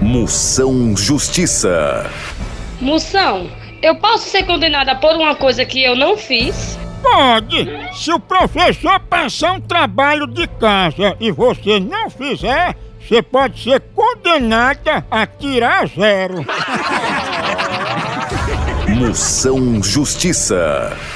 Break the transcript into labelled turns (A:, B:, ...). A: Moção Justiça.
B: Moção, eu posso ser condenada por uma coisa que eu não fiz?
C: Pode! Se o professor passar um trabalho de casa e você não fizer, você pode ser condenada a tirar zero.
A: Moção Justiça.